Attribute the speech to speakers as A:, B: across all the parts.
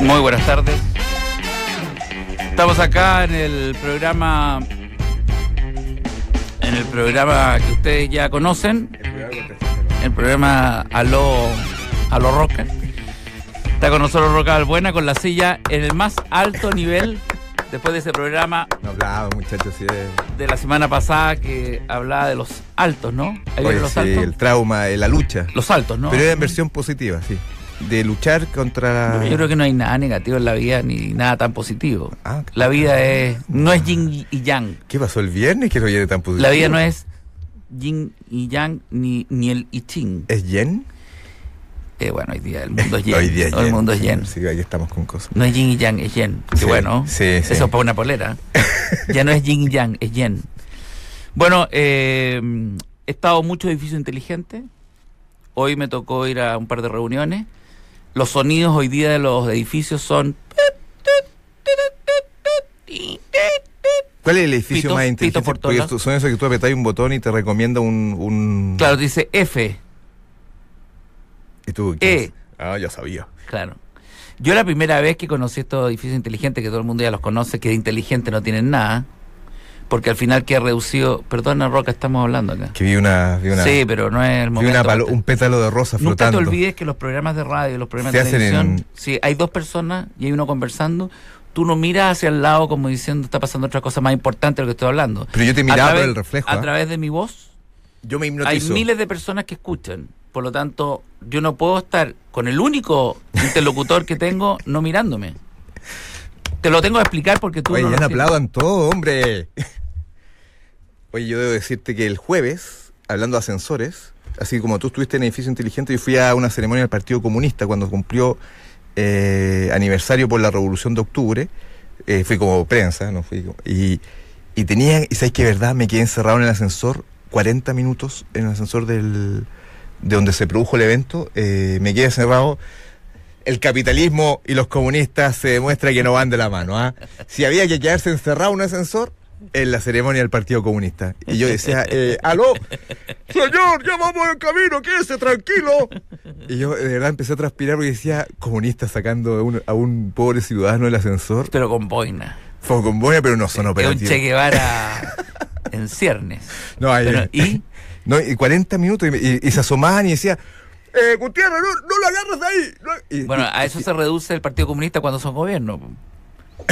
A: Muy buenas tardes. Estamos acá en el programa. En el programa que ustedes ya conocen, el programa Aló, Aló Roca. Está con nosotros Roca Albuena con la silla en el más alto nivel después de ese programa
B: No hablaba, muchachos, sí. eh.
A: de la semana pasada que hablaba de los altos, ¿no? Ahí
B: Oye,
A: vienen los
B: sí,
A: altos.
B: el trauma, eh, la lucha.
A: Los altos, ¿no?
B: Pero era en versión positiva, sí. De luchar contra.
A: Yo creo que no hay nada negativo en la vida ni nada tan positivo.
B: Ah,
A: La vida es no es yin y yang.
B: ¿Qué pasó el viernes que no viene tan positivo?
A: La vida no es yin y yang ni, ni el y ching.
B: ¿Es yen?
A: Eh, bueno, hoy día el mundo es yen.
B: Hoy día es
A: Todo el
B: yen.
A: mundo es yen.
B: Sí, ahí estamos con cosas.
A: No es yin y yang, es yen. Qué
B: Sí,
A: bueno.
B: sí, sí.
A: Eso es para una polera. ya no es yin y yang, es yen. Bueno, eh, he estado en muchos edificios inteligentes. Hoy me tocó ir a un par de reuniones. Los sonidos hoy día de los edificios son
B: Mm. ¿Cuál es el edificio
A: Pito,
B: más
A: pito
B: inteligente?
A: por todos
B: Porque
A: lados.
B: tú- son esos que tú apretáis un botón y te recomienda un. un...
A: Claro, dice F.
B: ¿Y tú qué
A: Eh.
B: haces? Ah, ya sabía.
A: Claro. Yo la primera vez que conocí estos edificios inteligentes, que todo el mundo ya los conoce, que de inteligente no tienen nada, porque al final queda reducido... Perdona, Roca, estamos hablando acá.
B: Que vi una. Vi una
A: sí, pero no es el
B: vi
A: momento.
B: una palo-
A: Martín.
B: un pétalo de rosa
A: Nunca te
B: flotando.
A: olvides que los programas de radio y los programas
B: Se
A: de
B: hacen en-
A: televisión, si hay dos personas y hay uno conversando, tú no miras hacia el lado como diciendo está pasando otra cosa más importante de lo que estoy hablando.
B: Pero yo te
A: A
B: miraba por
A: través-
B: el reflejo.
A: A
B: ¿ah?
A: través de mi voz
B: Yo me
A: hay
B: hipnotizo.
A: miles de personas que escuchan. Por lo tanto, yo no puedo estar con el único interlocutor que tengo no mirándome. Te lo tengo que explicar porque tú
B: Oye,
A: no
B: ya
A: lo
B: no
A: entiendes.
B: aplaudan todo, hombre. Oye, yo debo decirte que el jueves, hablando de ascensores, así como tú estuviste en edificio inteligente, yo fui a una ceremonia del Partido Comunista cuando cumplió eh, aniversario por la Revolución de Octubre. Eh, fui como prensa, no fui como- y, y tenía, y sabes que verdad, me quedé encerrado en el ascensor 40 minutos en el ascensor del, de donde se produjo el evento. eh, me quedé encerrado el capitalismo y los comunistas se demuestra que no van de la mano. ¿ah? Si había que quedarse encerrado en un ascensor, en la ceremonia del Partido Comunista. Y yo decía, eh, aló, señor, ya vamos en camino, quédese tranquilo. Y yo de verdad empecé a transpirar porque decía, comunista sacando a un, a un pobre ciudadano del ascensor.
A: Pero con boina.
B: Fue con buena, pero no son
A: es un Che
B: operativos.
A: Guevara en ciernes.
B: No, ahí-
A: Pero, ¿y?
B: No, y 40 minutos y, me- y- y se asomaban y decía, eh, Gutiérrez, no, no lo agarras de ahí. no". Y-
A: Bueno,
B: y-
A: a eso se reduce el Partido Comunista cuando son gobierno.
B: un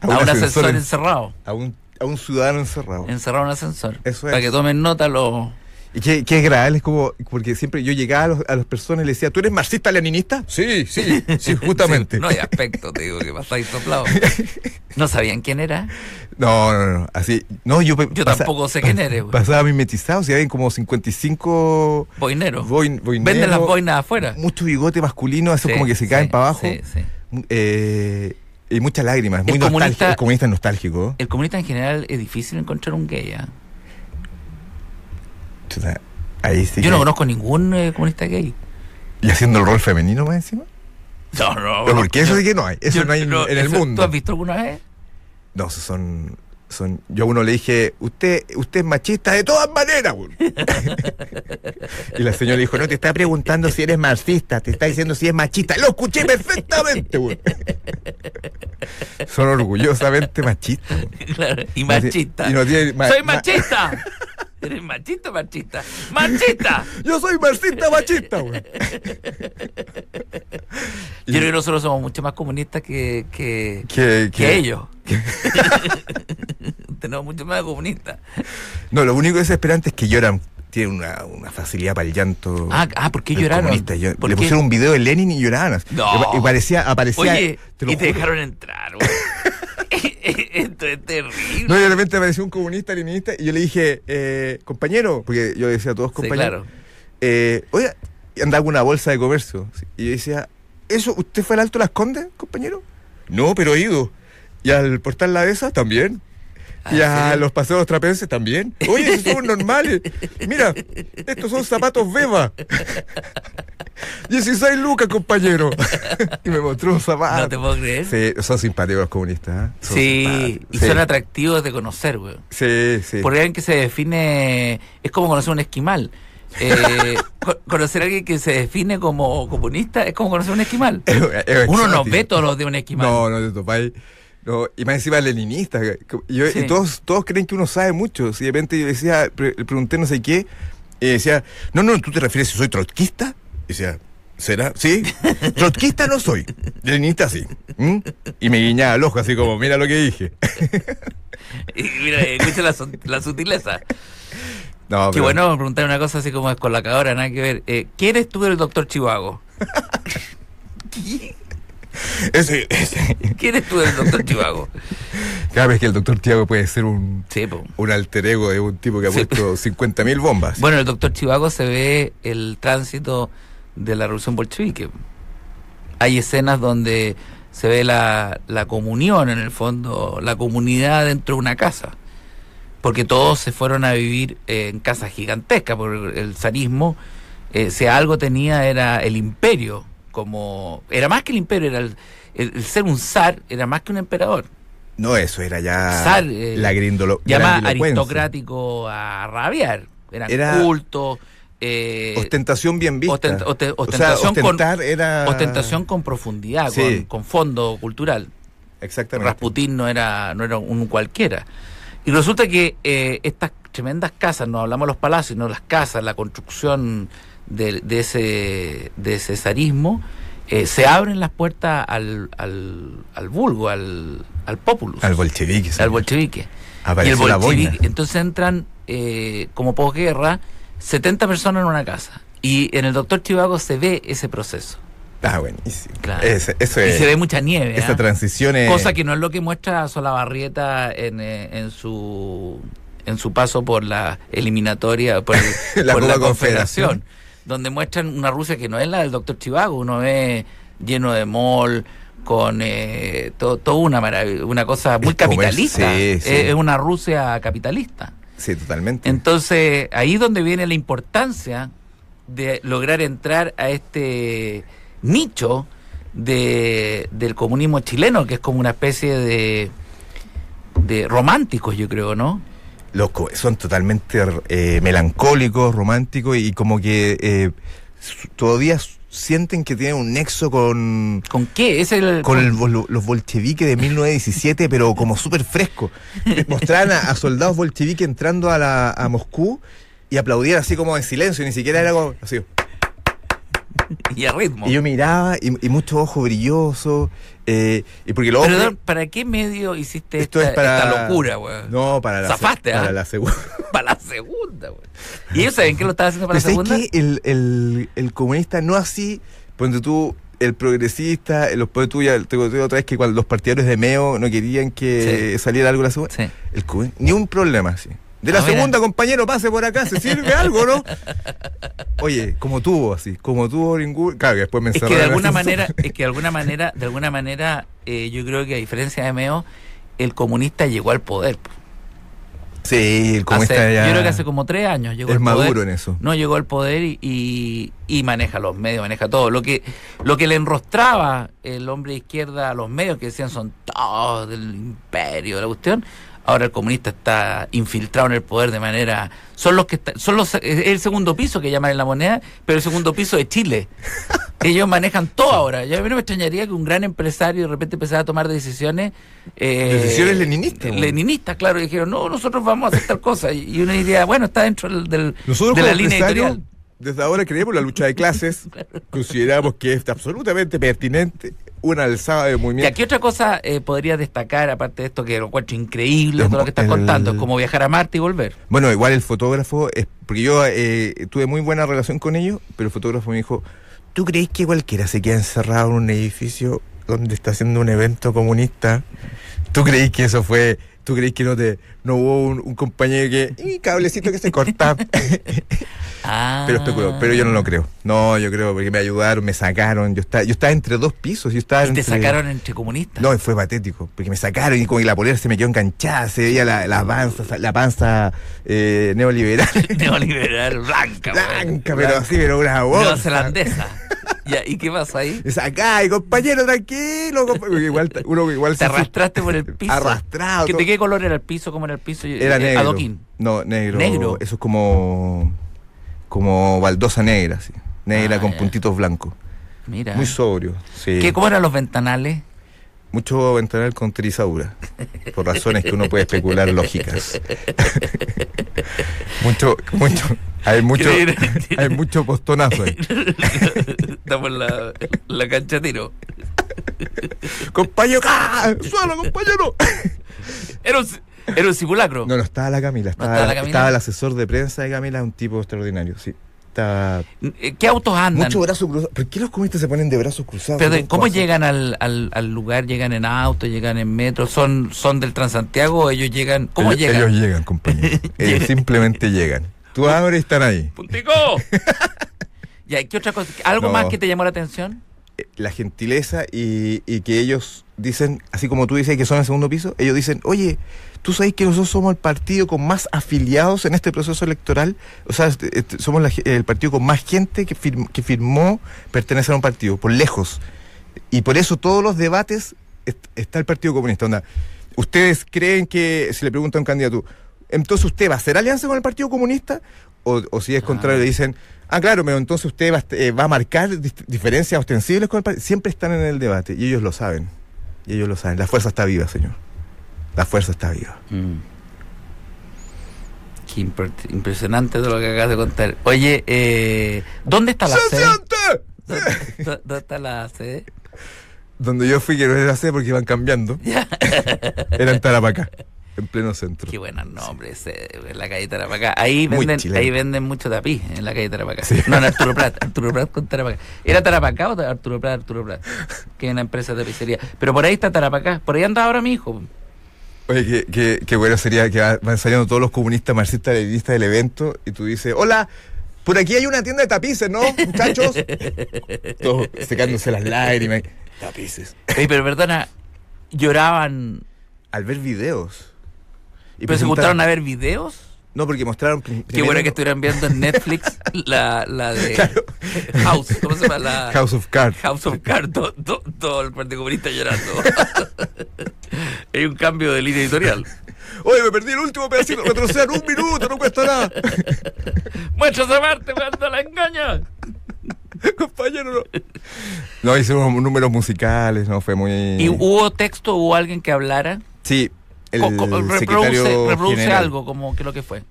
A: A un
B: ascensor
A: ascensor
B: en-
A: encerrado.
B: a un, a un ciudadano encerrado.
A: Encerrado en un ascensor.
B: Eso es.
A: Para que tomen nota los...
B: Y qué, qué agradable, es como, porque siempre yo llegaba a, los- a las personas y les decía, ¿tú eres marxista-leninista? Sí, sí, sí, justamente.
A: Sí, no hay aspecto, te digo, que pasáis soplado. No sabían quién era.
B: no, no, no, así, no, yo,
A: Yo tampoco sé quién eres, güey.
B: Pasaba mimetizado, si habían como 55
A: Boinero.
B: boin, boineros,
A: Venden las boinas afuera.
B: Mucho bigote masculino, esos
A: Sí,
B: como que se
A: sí,
B: caen para abajo.
A: sí, sí.
B: eh, y muchas lágrimas, muy
A: El
B: nostálgico.
A: comunista-
B: el comunista es nostálgico.
A: El comunista en general es difícil encontrar un gay. ¿ah?
B: Chuta, ahí sí.
A: Yo
B: que-
A: no conozco ningún eh, comunista gay.
B: Y haciendo el rol femenino más encima.
A: No, no.
B: Pero porque eso sí que no hay, eso
A: yo-
B: no hay en- en el
A: eso-
B: mundo.
A: ¿Tú has visto alguna vez?
B: No, esos son, son. Yo a uno le dije, usted, usted es machista de todas maneras, güey". Y la señora le dijo, no, te está preguntando si eres marxista, te está diciendo si es machista. Lo escuché perfectamente, güey". Son orgullosamente machistas. güey.
A: Claro, y machista.
B: Y no tiene- ma-
A: ¡Soy
B: ma-
A: machista! ¿Eres machista o machista? ¡Machista!
B: Yo soy marxista machista, güey.
A: Yo creo que nosotros somos mucho más comunistas que, que,
B: Que,
A: que ellos. Tenemos mucho más comunistas.
B: No, lo único desesperante es que lloran. Tienen una, una facilidad para el llanto.
A: Ah, ah, ¿por qué
B: Oh. Los
A: lloraron?
B: comunistas, yo-
A: ¿Por
B: le
A: qué?
B: pusieron un video de Lenin y lloraban.
A: No.
B: Y parecía, aparecía.
A: Oye,
B: lo
A: y te
B: juro.
A: dejaron entrar, güey. Esto es terrible.
B: No, y de repente apareció un comunista leninista y yo le dije, eh, compañero, porque yo le decía a todos
A: Sí,
B: compañeros,
A: claro.
B: eh, oiga, y andaba con una bolsa de comercio. Y yo decía, ¿eso usted fue al Alto Las Condes, compañero? No, pero he ido. Y al portal La Besa también. Y
A: Ah,
B: a
A: ¿sí?
B: los paseos trapenses también. Oye, esos son normales. Mira, estos son zapatos Beba. 16 lucas, compañero. y me mostró un zapato.
A: No te puedo creer. Sí,
B: ah, Sí, son simpáticos los comunistas. ¿eh? Son simpáticos.
A: y
B: Sí.
A: son atractivos de conocer, güey.
B: Sí, sí.
A: Por alguien que se define. Es como conocer un esquimal. Eh, co- conocer a alguien que se define como comunista es como conocer a un esquimal.
B: Es- es
A: Uno no
B: exótico.
A: ve todos los de un esquimal.
B: No, no te topáis. No, y más encima leninista. que- que- y yo-
A: Sí.
B: Y todos, todos creen que uno sabe mucho. Si de repente yo decía, pre- le pregunté no sé qué, y decía, no, no, ¿tú te refieres si soy trotskista? Y decía, ¿será? Sí. Trotskista no soy. Leninista sí. ¿Mm? Y me guiñaba el ojo así como, mira lo que dije.
A: Y mira, escucha la, su- la sutileza.
B: No,
A: Qué
B: pero-
A: bueno preguntar una cosa así como descolocadora, nada que ver. Eh, ¿Quién eres tú del doctor Chivago?
B: Ese- ese-
A: ¿Quién eres tú del doctor Chivago?
B: cada vez que el doctor Tiago puede ser un,
A: Sí, po.
B: un alter ego de un tipo que ha
A: Sí.
B: puesto 50.000 bombas.
A: Bueno, el doctor Chivago se ve el tránsito de la revolución bolchevique. Hay escenas donde se ve la, la comunión, en el fondo, la comunidad dentro de una casa. Porque todos se fueron a vivir eh, en casas gigantescas, porque el zarismo, eh, si algo tenía, era el imperio. como Era más que el imperio, era el, el- el ser un zar, era más que un emperador.
B: no, eso era ya
A: Zar, eh,
B: la grindolo,
A: Llama
B: grandilocuencia.
A: aristocrático a rabiar. Eran
B: Era-
A: cultos. eh,
B: ostentación bien vista.
A: Ostent- oste-
B: O sea,
A: ostentación con-
B: ostentar era...
A: ostentación con profundidad,
B: Sí.
A: con, con fondo cultural.
B: Exactamente.
A: Rasputín no era, no era un cualquiera. Y resulta que eh, estas tremendas casas, no hablamos de los palacios, no las casas, la construcción de, de ese, de ese zarismo, eh, se abren las puertas al, al, al vulgo, al, al populus,
B: Al
A: al,
B: bolchevique. sí.
A: bolchevique. Y el
B: Apareció la boina.
A: bolchevique, entonces entran eh, como posguerra 70 personas en una casa. Y en el doctor Chivago se ve ese proceso.
B: Ah, buenísimo.
A: Claro.
B: Ese- eso
A: Y
B: es.
A: se ve mucha nieve.
B: esa eh.
A: ¿ah?
B: transición es.
A: Cosa que no es lo que muestra Solabarrieta en, eh, en su en su paso por la eliminatoria, por, el-
B: La
A: por
B: Copa Confederación.
A: donde muestran una Rusia que no es la del doctor Chivago, uno ve lleno de mol, con eh, to- toda una marav- una cosa muy
B: El comercio,
A: capitalista,
B: sí, sí.
A: Es, es una Rusia capitalista.
B: Sí, totalmente.
A: Entonces, ahí es donde viene la importancia de lograr entrar a este nicho de, del comunismo chileno, que es como una especie de, de románticos, yo creo, ¿no?
B: Los co- son totalmente eh, melancólicos, románticos y como que eh, su- todavía su- sienten que tienen un nexo con.
A: ¿Con qué? Es el,
B: Con el bol- los bolcheviques de 1917, pero como súper fresco. Mostraban a, a soldados bolcheviques entrando a, la, a Moscú y aplaudían así como en silencio, ni siquiera era como así.
A: y el ritmo.
B: Y yo miraba y, y muchos ojos brillosos. eh, y porque los ojos-
A: Perdón, ¿para qué medio hiciste esta, esta locura, weón?
B: No, para la, se-
A: Zafaste, ¿ah?
B: para la segunda.
A: Para la segunda, weón. ¿Y ellos saben que lo estaba haciendo para
B: Pero
A: la segunda?
B: es que el, el, el comunista no así, ponte tú, el progresista, los ponte tú, ya te conté otra vez que cuando los partidarios de Meo no querían que saliera algo de la segunda.
A: Sí.
B: El comun- ni un problema así. De la
A: Ah, mira.
B: segunda, compañero, pase por acá, se sirve algo, ¿no? Oye, como tuvo así, como tuvo ningún. Claro, que después me
A: Es
B: encerraron.
A: que de
B: en el
A: alguna
B: ascensor.
A: manera, es que de alguna manera, de alguna manera, eh, yo creo que a diferencia de Meo, el comunista llegó al poder. po.
B: Sí, el comunista
A: Hace-
B: ya
A: yo creo que hace como ¿eh? tres años llegó
B: es
A: al
B: maduro
A: poder.
B: en eso.
A: No llegó al poder y, y- y maneja los medios, maneja todo. Lo que, lo que le enrostraba el hombre de izquierda a los medios que decían son todos del imperio, de la cuestión. Ahora el comunista está infiltrado en el poder de manera. Son los que está- son los, es el segundo piso que llaman en la moneda, pero el segundo piso de Chile. Ellos manejan todo ahora. Yo a mí no me extrañaría que un gran empresario de repente empezara a tomar decisiones. eh,
B: Decisiones leninistas, bueno.
A: Leninistas, claro. Y dijeron, no, nosotros vamos a hacer tal cosa. Y y uno diría, bueno, está dentro del, del-
B: Nosotros
A: de
B: como
A: la línea
B: empresarios,
A: editorial.
B: desde ahora creemos la lucha de clases, consideramos que es absolutamente pertinente una alzada de
A: Y
B: movimiento.
A: aquí otra cosa eh, podría destacar, aparte de esto que lo encuentro increíble,
B: Los
A: todo lo que estás
B: mo- el-
A: contando, es como viajar a Marte y volver.
B: Bueno, igual el fotógrafo, es, porque yo eh, tuve muy buena relación con ellos, pero el fotógrafo me dijo, ¿tú crees que cualquiera se queda encerrado en un edificio donde está haciendo un evento comunista? ¿Tú crees que eso fue... ¿Tú crees que no te no hubo un, un compañero que... Y cablecito que se corta.
A: Ah.
B: Pero especulo, pero yo no lo creo. No, yo creo porque me ayudaron, me sacaron. Yo estaba, yo estaba entre dos pisos. Yo estaba
A: Y te
B: entre-
A: sacaron entre comunistas.
B: No, y fue patético, porque me sacaron y como que la polera se me quedó enganchada, se veía la, la panza, la panza eh, neoliberal.
A: Neoliberal, blanca. weón.
B: Blanca, pero así, pero una bolsa.
A: Neozelandesa. Ya, ¿Y qué pasa ahí?
B: Me saca, "Ay, compañero, tranquilo, compa-". Porque Igual, uno igual
A: Te
B: se fue
A: arrastraste por el piso.
B: arrastrado.
A: ¿Qué,
B: todo.
A: ¿De qué color era el piso? ¿Cómo era el piso?
B: Era
A: Eh,
B: negro.
A: Adoquín.
B: No, negro.
A: Negro.
B: Eso es como. como baldosa negra, así, negra
A: Ah,
B: con
A: ya.
B: puntitos blancos.
A: Mira.
B: Muy sobrio. Sí.
A: ¿Qué, ¿Cómo eran los ventanales?
B: Mucho ventanal con trizadura, por razones que uno puede especular lógicas. mucho, mucho, hay mucho, hay mucho postonazo. ahí.
A: Estamos en la, en la cancha de tiro.
B: Compañero, ¡ah! suelo, compañero.
A: Era un, era un simulacro.
B: No, no estaba la Camila, estaba,
A: estaba la Camila?
B: estaba el asesor de prensa de Camila, un tipo extraordinario, sí. Estaba
A: Eh, ¿Qué autos andan?
B: mucho brazo cruzado. ¿Por qué los comunistas se ponen de brazos cruzados?
A: Pero,
B: Nunca
A: ¿Cómo
B: hacen-
A: llegan al, al, al lugar? ¿Llegan en auto? ¿Llegan en metro? ¿Son, son del Transantiago? o ¿Ellos llegan? ¿Cómo
B: ellos,
A: llegan?
B: Ellos llegan, compañero. ellos simplemente llegan. Tú abres y están ahí.
A: ¡Puntico! ya, ¿qué otra cosa? ¿Algo
B: No.
A: más que te llamó la atención?
B: eh, la gentileza y, y que ellos dicen, así como tú dices que son el segundo piso, ellos dicen, oye, tú sabes que nosotros somos el partido con más afiliados en este proceso electoral, o sea, este- este- somos la ge- el partido con más gente que, firm- que firmó pertenecer a un partido, por lejos. Y por eso todos los debates est- está el Partido Comunista. Onda, ¿Ustedes creen que, si le pregunta a un candidato, entonces usted va a hacer alianza con el Partido Comunista? O, o si es contrario,
A: Ah.
B: le dicen, ah, claro, pero entonces usted va, a est- eh, va a marcar dif- diferencias ostensibles con el Partido. Siempre están en el debate y ellos lo saben. Y ellos lo saben. La fuerza está viva, señor. La fuerza está viva.
A: Qué impre- impresionante todo lo que acabas de contar. Oye, eh, ¿dónde está la
B: ¡Se
A: sede?
B: siente!
A: ¿Dó- dó- ¿Dónde está la sede?
B: Donde yo fui, que no era C porque iban cambiando,
A: Ya.
B: era en Tarapacá, en pleno centro.
A: Qué buenos nombres, eh, en la calle Tarapacá. Ahí
B: Muy
A: venden,
B: chileno.
A: ahí venden mucho tapiz en la calle Tarapacá. No, en Arturo Prat, Arturo Prat con Tarapacá. ¿Era Tarapacá o ta- Arturo Prat, Arturo Prat? Que es una empresa de tapicería. Pero por ahí está Tarapacá, por ahí anda ahora mi hijo.
B: Oye, qué, qué- qué bueno sería que va- van saliendo todos los comunistas marxistas leninistas del evento y tú dices, hola, por aquí hay una tienda de tapices, ¿no, muchachos? todos secándose las lágrimas. Tapices.
A: Oye, pero perdona, lloraban,
B: Al ver videos. Y
A: pero se juntaron a ver videos.
B: No, porque mostraron... pri-
A: Qué
B: primero
A: bueno que estuvieran viendo en Netflix la, la de
B: Claro.
A: House, ¿cómo se llama? La
B: House of Cards.
A: House of Cards, todo, todo- todo el Partido Comunista llorando. Hay un cambio de línea editorial.
B: Oye, me perdí el último pedacito. Retrocedan un minuto, no cuesta nada.
A: Muéstrase Marte cuando la engaña.
B: Compañero, no. No, hicimos números musicales, no, fue muy...
A: ¿Y hubo texto, hubo alguien que hablara?
B: Sí, Eh. el
A: Co- co- reproduce
B: secretario
A: reproduce
B: general,
A: algo, como creo que fue.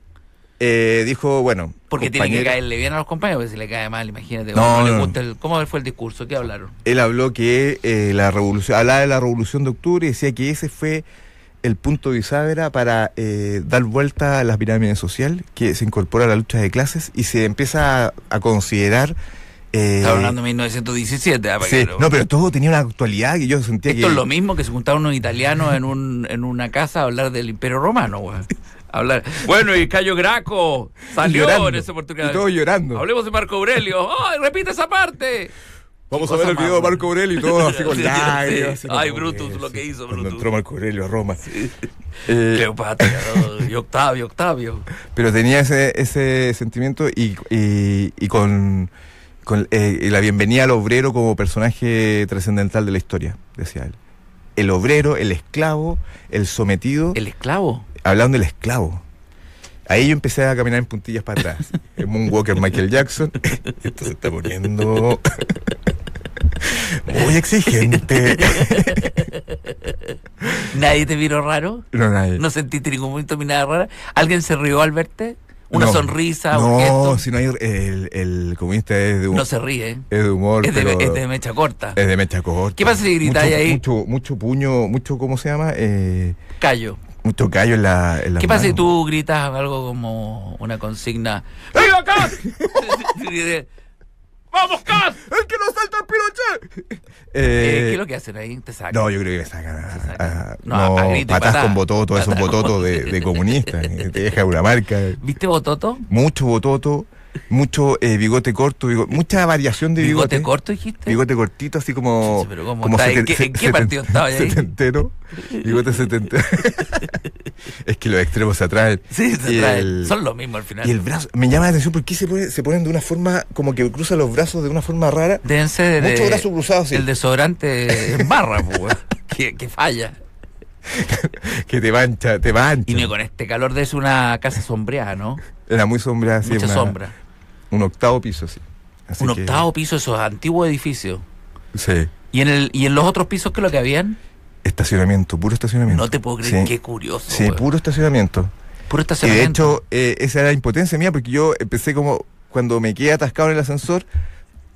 B: eh, dijo, bueno...
A: Porque tiene que
B: compañeros-
A: caerle bien a los compañeros, porque si le cae mal, imagínate.
B: No,
A: como le
B: no. Eh.
A: gusta el- ¿Cómo fue el discurso? ¿Qué hablaron?
B: él habló que eh, la revolución, hablaba de la revolución de octubre y decía que ese fue el punto bisagra para eh, dar vuelta a las pirámides social, que se incorpora a la lucha de clases y se empieza a, a considerar. eh,
A: Estaba hablando de 1917. ah, para
B: sí,
A: que lo-
B: no, pero todo tenía una actualidad que yo sentía
A: Esto
B: que.
A: es lo mismo que se juntaron unos italianos en, un, en una casa a hablar del Imperio Romano, weón. Hablar. Bueno, y Cayo Graco salió
B: Llorando,
A: en esa oportunidad.
B: y todos llorando. Eh.
A: Hablemos de Marco Aurelio. ¡Ay, repite esa parte!
B: Vamos
A: Cosa más, ¿no?
B: Aurelio
A: Sí, sí, sí.
B: lágrimas. así
A: Ay,
B: como
A: Brutus,
B: que,
A: lo
B: sí,
A: que hizo,
B: Cuando
A: Brutus.
B: entró Marco Aurelio a Roma. Eh,
A: Cleopatra ¿no? y Octavio, Octavio.
B: Pero tenía ese, ese sentimiento y, y- y con, con, eh, y la bienvenida al obrero como personaje trascendental de la historia, decía él. El obrero, el esclavo, el sometido,
A: El esclavo.
B: hablando del esclavo. Ahí yo empecé a caminar en puntillas para atrás. El Moonwalker Michael Jackson. Esto se está poniendo muy exigente.
A: ¿Nadie te vio raro?
B: No, nadie.
A: ¿No sentiste ningún momento ni nada raro? ¿alguien se rió al verte? ¿Una
B: No.
A: sonrisa?
B: No,
A: ¿Un gesto?
B: si no hay. El, el comunista es de, hu-
A: No se ríe.
B: es de humor.
A: Es de,
B: pero- eh,
A: es de mecha corta.
B: Es de mecha corta.
A: ¿Qué pasa si gritáis
B: Mucho-
A: ahí?
B: Mucho, mucho puño, mucho, ¿cómo se llama? Eh,
A: Callo.
B: mucho callo en la. en las
A: ¿Qué pasa si
B: manos.
A: tú gritas algo como una consigna? ¡Viva Cas! ¡Vamos Cas!
B: ¡El que no salta el Pinochet!
A: Eh,
B: Eh,
A: ¿Qué es lo que hacen ahí? Te sacan.
B: No, yo creo que me sacan a,
A: Se sacan.
B: a-
A: No, a-
B: no,
A: a grito y
B: patás
A: patada.
B: con bototo, esos
A: Patás con
B: bototos de, de comunista, eh, te deja una marca.
A: ¿Viste Bototo?
B: Mucho bototo, mucho eh, bigote corto, bigo- mucha variación de bigote.
A: ¿Bigote corto dijiste?
B: Bigote cortito, así como.
A: Sí, pero ¿cómo
B: como
A: está? ¿En
B: seten-
A: qué- en qué
B: seten-
A: partido estaba ahí?
B: Setentero. Bigote setentero. es que los extremos se atraen.
A: Sí, se
B: Y
A: trae.
B: el-
A: Son lo mismo al final.
B: Y el brazo, me llama la atención porque se, pone- se ponen de una forma, como que cruzan los brazos de una forma rara.
A: Deben ser
B: Mucho
A: eh,
B: brazo cruzado, sí.
A: el desodorante en barra, pues, weón, que, que falla.
B: Que te mancha, te mancha.
A: Y ni con este calor de es una casa sombreada, ¿no?
B: Era muy sombra, así.
A: Mucha
B: una-
A: sombra.
B: Un octavo piso, sí. Así
A: Un
B: que-
A: octavo piso, esos antiguos edificios.
B: Sí.
A: ¿Y en, el, ¿Y en los otros pisos que lo que habían?
B: Estacionamiento, puro estacionamiento.
A: No te puedo creer,
B: Sí.
A: qué curioso.
B: Sí,
A: weón.
B: puro estacionamiento.
A: Puro
B: Y de
A: estacionamiento.
B: hecho, eh, esa era la impotencia mía, porque yo empecé como, cuando me quedé atascado en el ascensor,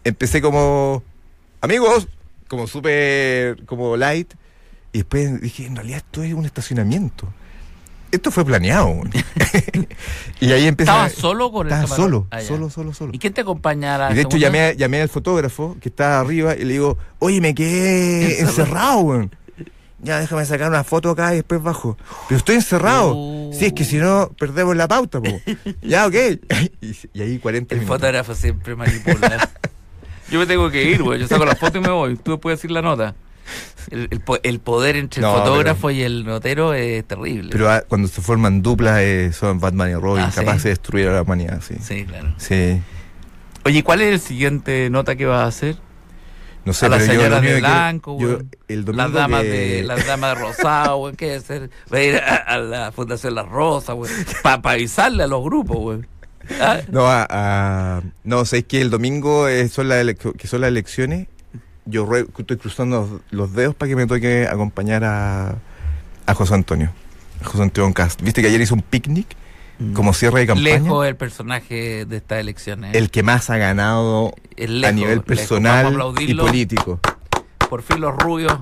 B: empecé como, amigos, como súper, como light, y después dije, en realidad esto es un estacionamiento. Esto fue planeado. weón. y ahí empecé...
A: ¿Estabas solo con el
B: Estaba
A: camarógrafo?
B: solo,
A: Ah, ya.
B: solo, solo, solo.
A: ¿Y quién te acompaña a la
B: Y de hecho
A: segunda?
B: llamé, a- llamé al fotógrafo que estaba arriba y le digo, oye, me quedé encerrado, weón. Ya, déjame sacar una foto acá y después bajo. Pero estoy encerrado.
A: Uh.
B: Si es que si no, perdemos la pauta, po. ya, ok. y, y ahí 40
A: El
B: minutos.
A: fotógrafo siempre manipula. yo me tengo que ir, güey. Yo saco la foto y me voy. Tú puedes decir la nota. El, el po- el poder entre
B: No,
A: el
B: pero-
A: fotógrafo y el notero es terrible.
B: Pero ah, cuando se forman duplas eh, son Batman y Robin,
A: Ah, ¿sí?
B: capaces de destruir a la humanidad, sí.
A: sí,
B: Sí.
A: claro. Oye, ¿cuál es el siguiente nota que vas a hacer?
B: No sé,
A: A la
B: pero yo,
A: señora
B: lo
A: de
B: único que-
A: blanco,
B: yo
A: weón.
B: el domingo
A: Las damas
B: que-
A: de las damas de rosado, güey. ¿Qué hacer? Va a ir a, a la Fundación Las Rosas, güey. Para avisarle a los grupos, güey. Ah,
B: No, a, a- no, sé que el domingo eh, son las elec- que son las elecciones. Yo rue- estoy cruzando los, los dedos para que me toque acompañar a, a José Antonio. a José Antonio Cast. Viste que ayer hizo un picnic como cierre de campaña.
A: Mm. Lejos el personaje de estas elecciones.
B: El que más ha ganado
A: Es lejos,
B: a nivel
A: lejos.
B: personal
A: Vamos a
B: y
A: aplaudirlo.
B: político.
A: Por fin los rubios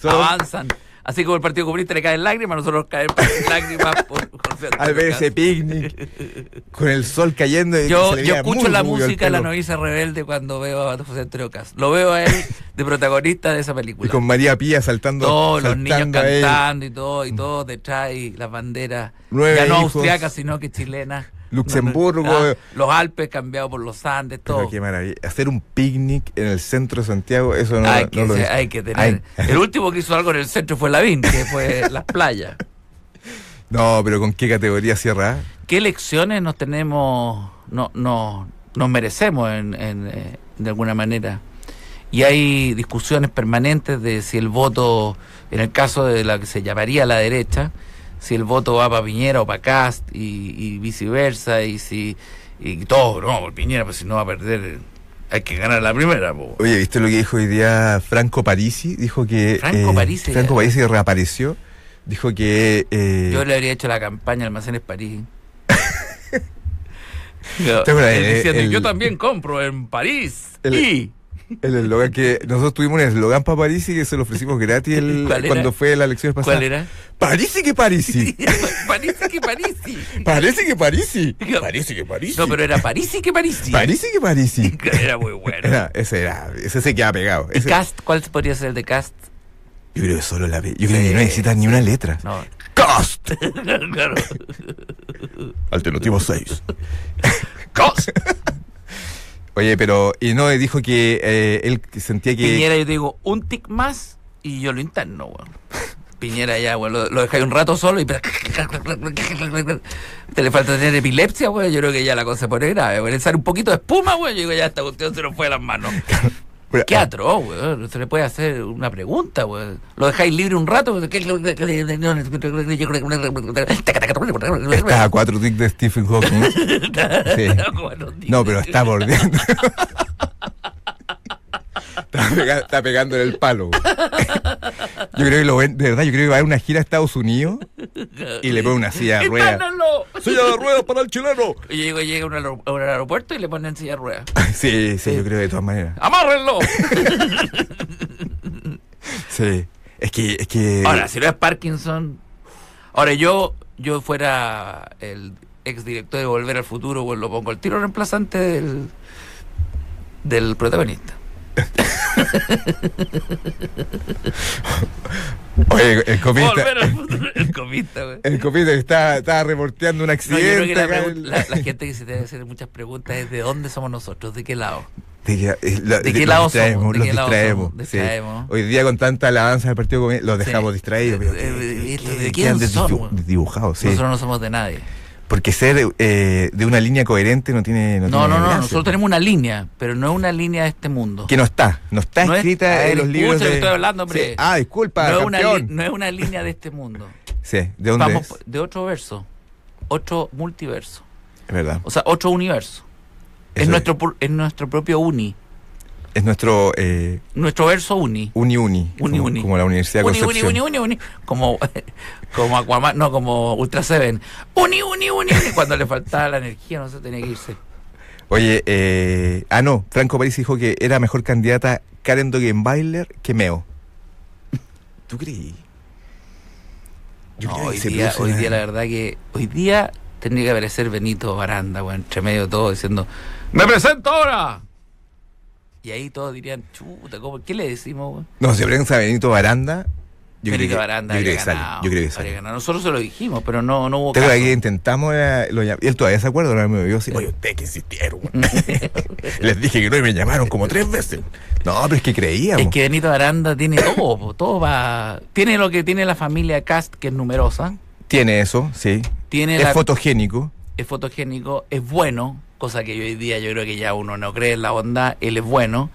B: Son
A: avanzan. Así como el Partido Comunista le caen lágrimas, nosotros caen lágrimas por Jorge Antonio
B: al ver ese
A: Cast.
B: picnic con el sol cayendo. y que se
A: Yo,
B: le
A: yo
B: veía
A: escucho
B: muy
A: la
B: rubio el
A: música de la
B: pelo.
A: novicia rebelde cuando veo a José Antonio Cast. Lo veo a él de protagonista de esa
B: Y
A: película.
B: con María Pía saltando.
A: Todos los niños
B: saltando a él.
A: cantando y todo, y todo detrás, y las banderas.
B: Nueve
A: ya no
B: hijos.
A: austriacas, sino que chilenas.
B: Luxemburgo.
A: Ah, los Alpes cambiados por los Andes, todo.
B: Pero qué maravilla. Hacer un picnic en el centro de Santiago, eso no,
A: hay,
B: no
A: que,
B: lo
A: ser-
B: hice.
A: hay que tener.
B: Ay.
A: El último que hizo algo en el centro fue Lavín, que fue las playas.
B: No, pero ¿con qué categoría cierra?
A: ¿Qué lecciones nos tenemos, no, no, nos merecemos en, en, eh, de alguna manera? Y hay discusiones permanentes de si el voto, en el caso de la que se llamaría la derecha, si el voto va para Piñera o para Cast y, y viceversa, y si. Y todo, no, por Piñera, pues si no va a perder, hay que ganar la primera. po.
B: Oye, ¿viste lo que dijo hoy día Franco Parisi? Dijo que. eh,
A: Franco Parisi,
B: Franco
A: ya.
B: Parisi reapareció. Dijo que. eh,
A: Yo le habría hecho la campaña a Almacenes París. Yo,
B: ¿Te acuerdas?
A: él
B: Eh,
A: diciendo,
B: el-
A: yo también compro en París.
B: El-
A: y
B: El eslogan que. Nosotros tuvimos un eslogan para Parisi que se lo ofrecimos gratis el-
A: ¿Cuál era?
B: cuando fue la elección pasada.
A: ¿cuál era?
B: Parisi que Parisi.
A: Parisi que Parisi.
B: Parece que Parisi. Parece que Parisi.
A: No, pero era Parisi que Parisi.
B: Parisi que Parisi.
A: Era muy bueno.
B: Era- ese era. Ese se queda pegado.
A: ¿Y
B: Ese-
A: Cast? ¿Cuál podría ser el de Cast?
B: yo creo que solo la. Yo creo que
A: Sí,
B: no necesitas ni una letra.
A: No.
B: Cost.
A: claro.
B: Alternativo 6.
A: Cast.
B: Oye, pero. Y no, dijo que eh, él que sentía que.
A: Piñera, yo te digo, un tic más y yo lo interno, weón. Piñera ya, weón, lo, lo dejáis un rato solo y... Te le falta tener epilepsia, weón, yo creo que ya la cosa se pone grave, weón. Le Sale un poquito de espuma, weón, yo digo, ya esta cuestión se nos fue de las manos.
B: Pero- ah,
A: Qué atroz, weón, no se le puede hacer una pregunta, weón. Lo dejáis libre un rato, weón.
B: Está a cuatro tics de Stephen Hawking. Sí. No, pero está bordeando. está, pega- está pegando en el palo. güey. yo creo que lo ven, de verdad, yo creo que va a haber una gira a Estados Unidos y le pone una silla de ruedas.
A: ¡Internalo!
B: ¡Silla de ruedas para el chileno!
A: Y llega, llega a un aer- a un aeropuerto y le ponen silla de ruedas.
B: sí, sí, yo creo de todas maneras.
A: ¡Amárrenlo!
B: Sí. Es que, es que.
A: Ahora, si no es Parkinson. Ahora, yo yo fuera el ex director de Volver al Futuro, pues lo pongo el tiro reemplazante del, del protagonista.
B: Oye, el copista.
A: Volver al Futuro, el comista, güey.
B: El copista está, está reporteando un
A: No, yo creo
B: accidente.
A: que la,
B: acá
A: pregun-
B: en-
A: la- la gente que se debe hacer muchas preguntas es: ¿de dónde somos nosotros? ¿De qué lado?
B: ¿De qué, eh, la-
A: ¿De qué
B: los
A: lado
B: distraemos,
A: somos? ¿De
B: los
A: qué lado
B: distraemos,
A: somos?
B: sí.
A: Distraemos.
B: Hoy día con tanta alabanza del Partido Comunista los dejamos
A: Sí.
B: distraídos. pero
A: Eh,
B: qué-
A: eh,
B: qué-
A: ¿de
B: qué-
A: quién
B: quedan
A: son,
B: desdibu-
A: weón?
B: desdibujados, sí.
A: Nosotros no somos de nadie.
B: Porque ser eh, de una línea coherente no tiene. No,
A: No, no,
B: tiene
A: no,
B: gracia.
A: nosotros tenemos una línea, pero no es una línea de este mundo.
B: Que no está, no está
A: No es-
B: escrita
A: a ver,
B: en los
A: escucha
B: libros.
A: lo que
B: de-
A: estoy hablando, hombre.
B: Sí. Ah, disculpa,
A: no, es una li-
B: campeón.
A: no es una línea de este mundo.
B: Sí, ¿de dónde
A: Vamos
B: es?
A: de otro verso, otro multiverso,
B: Es verdad.
A: o sea, otro universo. Es
B: Eso
A: nuestro, pu- es nuestro propio uni,
B: Es nuestro eh,
A: nuestro verso uni.
B: Uni Uni.
A: Uni,
B: como,
A: uni.
B: como la Universidad de
A: Uni, uni,
B: Concepción.
A: uni, uni, uni. Como, como Aquaman, no, como Ultra Seven. Uni, uni, uni, uni. Cuando le faltaba la energía, no se tenía que irse.
B: Oye, eh, ah, no, Franco París dijo que era mejor candidata Karen Dogenbailer que Meo. ¿Tú creí?
A: No,
B: creo que
A: hoy
B: se
A: día,
B: produce
A: hoy
B: una-
A: día, la verdad que hoy día tendría que aparecer Benito Baranda, weón, entre medio de todo, diciendo, ¡Me presento ahora! Y ahí todos dirían, chuta, ¿cómo, ¿qué le decimos, weón?
B: No, si prensa Benito Baranda, yo creo
A: Benito
B: que,
A: Baranda
B: yo creo
A: habría
B: que sale.
A: ganado,
B: Yo creo que
A: habría
B: sale.
A: ganado. Nosotros se lo dijimos, pero no, no hubo
B: Te acuerdas
A: caso.
B: que intentamos, eh, lo llam- y él todavía se acuerda, no me vio así, oye, ustedes que insistieron. güey". Les dije que no y me llamaron como tres veces. No, pero es que creíamos.
A: Es que Benito Baranda tiene todo, po, todo va... Tiene lo que tiene la familia Cast, que es numerosa.
B: Tiene eso, sí.
A: Tiene
B: Es
A: la-
B: fotogénico.
A: es fotogénico, es bueno, cosa que hoy día yo creo que ya uno no cree en la bondad, él es bueno.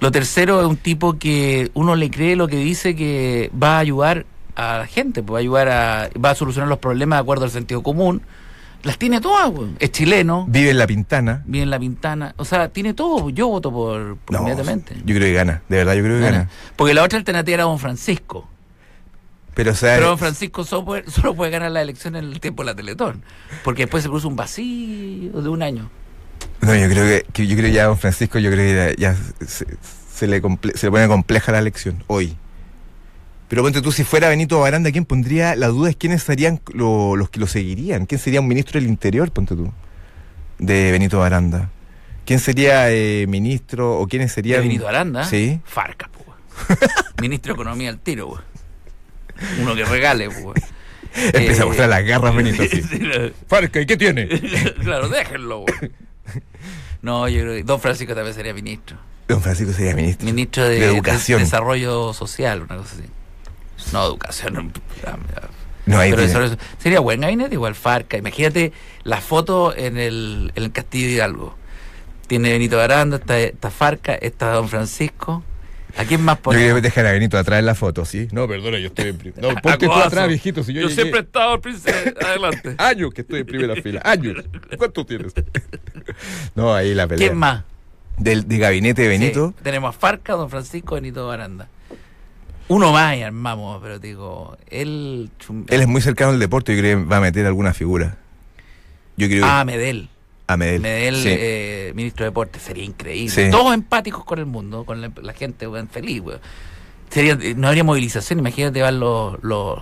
A: Lo tercero es un tipo que uno le cree lo que dice que va a ayudar a la gente, pues va a ayudar a, va a solucionar los problemas de acuerdo al sentido común. Las tiene todas, weón. es chileno,
B: Vive en La Pintana.
A: viene en la pintana, o sea, tiene todo, pues. yo voto por, por
B: No,
A: inmediatamente.
B: yo creo que gana, de verdad, yo creo que
A: Gana.
B: gana.
A: Porque la otra alternativa era Don Francisco.
B: Pero, o sea,
A: Pero Don Francisco solo puede, solo puede ganar la elección en el tiempo de la Teletón. Porque después se produce un vacío de un año.
B: No, yo creo que, que yo creo que ya don Francisco, yo creo que ya, ya se, se le comple- se le pone compleja la elección hoy. Pero ponte tú, si fuera Benito Baranda, ¿quién pondría? La duda es quiénes serían lo- los que lo seguirían. ¿Quién sería un ministro del Interior, ponte tú, de Benito Baranda? ¿Quién sería eh, ministro o quiénes
A: ¿De
B: serían?
A: Benito Aranda?
B: Sí.
A: Farca, po, weón. Ministro de Economía al tiro, weón. Uno que regale, po, weón.
B: Empieza a
A: Eh,
B: mostrar las garras, Benito. sí.
A: sí, lo-
B: Farca, ¿y qué tiene?
A: claro, déjenlo, weón. No, yo creo que Don Francisco también sería ministro.
B: Don Francisco sería ministro.
A: Ministro de,
B: De Educación.
A: de- Desarrollo Social, una cosa así. No, educación. ah, mira.
B: No, ahí
A: Pero
B: tiene-
A: eso- sería buen gabinete, igual Farca. Imagínate la foto en el, en el Castillo Hidalgo. Tiene Benito Aranda, está, está Farca, está Don Francisco. ¿A quién más
B: Yo creo
A: ponemos?
B: que dejar a Benito atrás en la foto, ¿sí? No, perdona, yo estoy en prim- No, ponte tú
A: Acoso.
B: atrás, viejito, si yo, llegué-
A: estado al príncipe. Adelante.
B: Años que estoy en primera fila. Años. ¿Cuánto tienes? no, ahí la pelea.
A: ¿Quién más?
B: Del de gabinete de Benito.
A: Sí, tenemos a Farca, Don Francisco, Benito Baranda. Uno más y armamos, pero digo, él. chum-
B: Él es muy cercano al deporte. Yo creo que va a meter alguna figura. Yo creo
A: Ah, Medel.
B: que a Medel.
A: Medel,
B: Sí.
A: eh, ministro de Deporte, sería increíble.
B: Sí.
A: Todos empáticos con el mundo, con la, la gente weón, feliz, weón. Sería, no habría movilización, imagínate van los, los,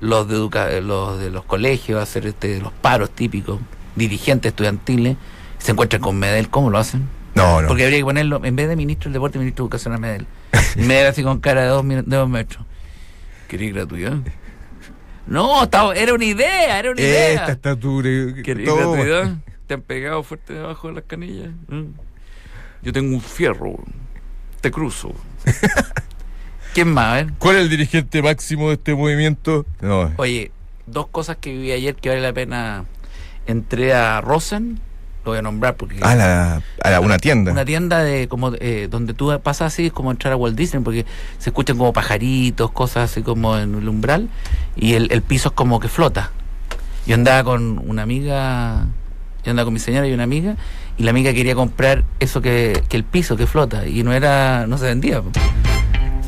A: los, de educa- los de los colegios a hacer este, los paros típicos, dirigentes estudiantiles, se encuentran con Medel, ¿cómo lo hacen?
B: No, no.
A: Porque habría que ponerlo, en vez de ministro del deporte, ministro de educación a Medel. Y Medel así con cara de dos, mi- de dos metros. ¿Quería gratuidad? No, estaba- era una idea, era una idea.
B: Esta estatura. eh,
A: ¿Querés
B: todo-
A: gratuidad? Te han pegado fuerte debajo de las canillas. ¿Mm? Yo tengo un fierro. weón. Te cruzo. ¿Quién más? eh? A ver?
B: ¿Cuál es el dirigente máximo de este movimiento? No.
A: Oye, dos cosas que viví ayer que vale la pena. Entré a Rosen, lo voy a nombrar porque
B: A la, a la- una tienda.
A: una tienda de como eh, donde tú pasas así es como entrar a Walt Disney porque se escuchan como pajaritos, cosas así como en el umbral y el, el piso es como que flota. Yo andaba con una amiga, yo andaba con mi señora y una amiga y la amiga quería comprar eso que, que el piso que flota y no era no se vendía. po.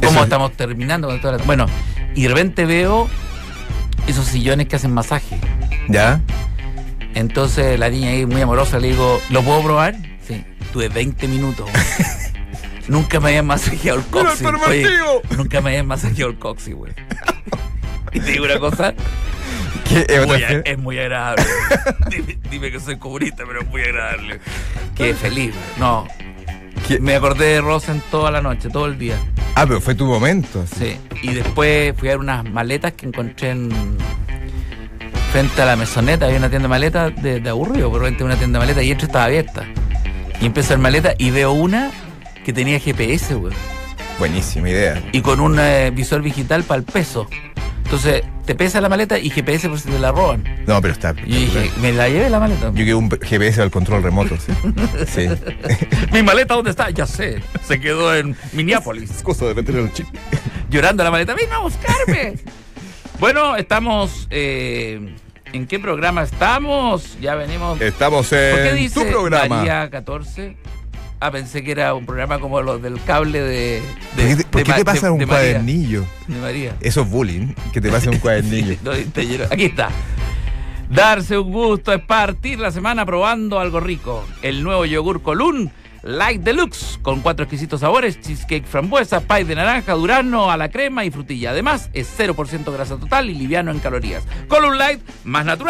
A: ¿Cómo
B: Eso-
A: estamos terminando con toda la- Bueno, y de repente veo esos sillones que hacen masaje.
B: ¿Ya?
A: Entonces la niña ahí muy amorosa le digo, ¿lo puedo probar? Sí. Tuve 20 minutos. Nunca me habían masajeado el
B: ¡Mira el
A: coxis. Oye,
B: pervertido!
A: nunca me habían masajeado el coxis, güey. Y te digo una cosa,
B: ¿Qué es otra
A: muy a-
B: fiera?
A: es muy agradable. dime, dime que soy comunista, pero es muy agradable. Qué feliz, güey. No,
B: ¿Qué?
A: me acordé de Rosen toda la noche, todo el día.
B: Ah, pero fue tu momento. así.
A: Sí. Y después fui a ver unas maletas que encontré en frente a la mesoneta. Había una tienda de maletas de, de aburrido, pero frente a una tienda de maletas y esto estaba abierta. Y empecé a ver maletas y veo una que tenía GPS, güey.
B: Buenísima idea.
A: Y con un eh, visor digital para el peso. Entonces, te pesa la maleta y GPS por si te la roban.
B: No, pero está.
A: Y yo dije, me la llevé la maleta.
B: Yo quiero un GPS al control remoto. Sí. sí.
A: ¿Mi maleta dónde está? Ya sé. Se quedó en Minneapolis.
B: Es cosa de meter el chip.
A: llorando la maleta, ven a buscarme. bueno, estamos eh, ¿En qué programa estamos? Ya venimos.
B: Estamos
A: ¿Por qué
B: en
A: dice
B: tu programa.
A: María 14? Ah, pensé que era un programa como los del cable de.
B: ¿Por
A: de
B: qué te, por
A: de
B: qué
A: Ma-
B: te pasa
A: de-
B: un
A: de María,
B: cuadernillo?
A: De María.
B: Eso es bullying, que te pase un cuadernillo.
A: No, te lleno. Aquí está. Darse un gusto es partir la semana probando algo rico. El nuevo yogur Colún Light Deluxe con cuatro exquisitos sabores, cheesecake frambuesa, pie de naranja, durano a la crema y frutilla. Además, es 0% grasa total y liviano en calorías. Column Light más natural.